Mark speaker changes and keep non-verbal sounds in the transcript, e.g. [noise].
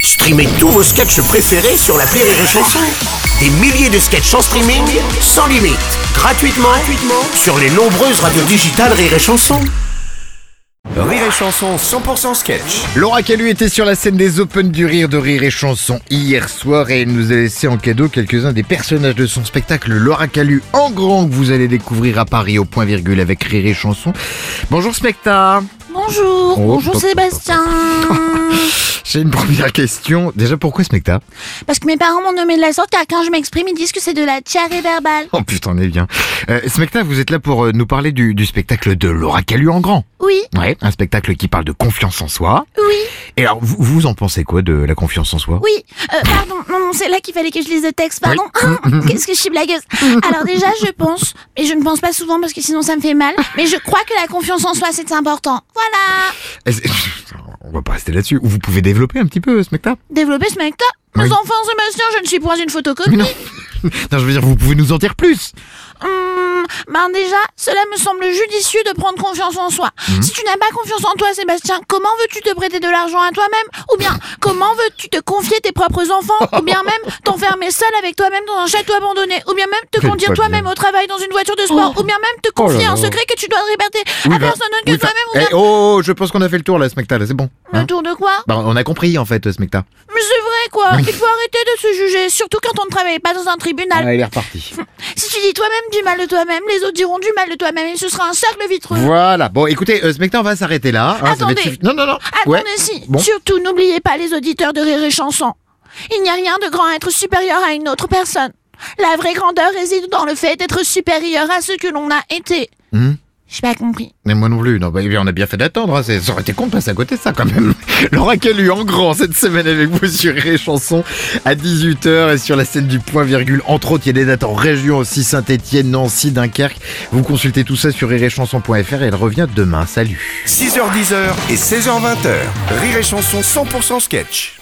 Speaker 1: Streamez tous vos sketchs préférés sur la Rire et Chanson. Des milliers de sketchs en streaming, sans limite, gratuitement, gratuitement sur les nombreuses radios digitales Rire et Chanson. Rire et Chanson 100% sketch.
Speaker 2: Laura Callu était sur la scène des Open du Rire de Rire et Chanson hier soir et elle nous a laissé en cadeau quelques-uns des personnages de son spectacle Laura Callu en grand que vous allez découvrir à Paris au point virgule avec Rire et Chanson. Bonjour Specta
Speaker 3: Bonjour,
Speaker 2: Oh,
Speaker 3: bonjour
Speaker 2: pop, pop. [laughs]
Speaker 3: Sébastien.
Speaker 2: J'ai une première question. Déjà pourquoi Specta
Speaker 3: Parce que mes parents m'ont nommé de la sorte car quand je m'exprime ils disent que c'est de la diarrhée verbale.
Speaker 2: Oh putain on est bien. Euh, Smecta, vous êtes là pour euh, nous parler du, du spectacle de Laura Callu en grand.
Speaker 3: Oui,
Speaker 2: Ouais, un spectacle qui parle de confiance en soi.
Speaker 3: oui,
Speaker 2: Et alors vous, vous en pensez quoi de la confiance en soi
Speaker 3: oui. Euh, pardon, non, non, c'est là qu'il fallait que je lise le texte, pardon.
Speaker 2: Mm,
Speaker 3: Ah, Qu'est-ce que je suis blagueuse. Alors déjà, je pense, et je ne pense pas souvent parce que sinon ça me fait mal, mais je crois que la confiance en soi c'est important. Voilà.
Speaker 2: Est-ce- [laughs] On va pas rester là-dessus. Vous pouvez développer un petit peu Smecta
Speaker 3: Développer ce mec-là. Mes
Speaker 2: Oui.
Speaker 3: enfants, Sébastien, je ne suis pas une
Speaker 2: Mais
Speaker 3: photocopie.
Speaker 2: non. non, je veux dire, vous pouvez nous en dire plus.
Speaker 3: Hum, ben déjà, cela me semble judicieux de prendre confiance en soi.
Speaker 2: Mhm.
Speaker 3: Si tu n'as pas confiance en toi, Sébastien, comment veux-tu te prêter de l'argent à toi-même Ou bien, comment veux-tu te confier tes propres enfants Ou bien
Speaker 2: [laughs]
Speaker 3: même t'enfermer seul avec toi-même dans un château abandonné Ou bien même te
Speaker 2: Quelle Oh.
Speaker 3: conduire
Speaker 2: folie.
Speaker 3: toi-même au travail dans une voiture de sport Ou bien même te confier un secret que tu dois réperter à Ah, personne d'autre que
Speaker 2: oui,
Speaker 3: toi-même ou
Speaker 2: eh,
Speaker 3: bien...
Speaker 2: oh, oh, je pense qu'on a fait le tour là, Smecta, là, c'est bon.
Speaker 3: Le
Speaker 2: hein.
Speaker 3: tour de quoi
Speaker 2: Bah, on a compris en fait, Smecta.
Speaker 3: Mais c'est vrai quoi
Speaker 2: Hein?
Speaker 3: Il faut arrêter de se juger, surtout quand on ne travaille pas dans un tribunal.
Speaker 2: il est reparti.
Speaker 3: Si tu dis toi-même du mal de toi-même, les autres diront du mal de toi-même et ce sera un cercle vitreux.
Speaker 2: voilà. Bon, écoutez, euh, Smecta, on va s'arrêter là. hein, ça va être
Speaker 3: Attendez.
Speaker 2: suffi- Non, non, non.
Speaker 3: Attendez,
Speaker 2: Ouais.
Speaker 3: si.
Speaker 2: Bon.
Speaker 3: Surtout, n'oubliez pas les auditeurs de Rire et Chanson. Il n'y a rien de grand à être supérieur à une autre personne. La vraie grandeur réside dans le fait d'être supérieur à ce que l'on a été.
Speaker 2: Hmm.
Speaker 3: J'ai pas compris.
Speaker 2: Mais moi non plus. Non, bah, eh bien, on a bien fait d'attendre. Hein. c'est- Ça aurait été con de passer à côté de ça quand même. [laughs] Laura Calu en grand cette semaine avec vous sur Ré Chanson à 18h et sur la scène du point virgule. Entre autres, il y a des dates en région aussi Saint-Etienne, Nancy, Dunkerque. Vous consultez tout ça sur rirechanson.fr et elle revient demain. Salut.
Speaker 1: 6h10 et 16h20. Rire et Chanson 100% sketch.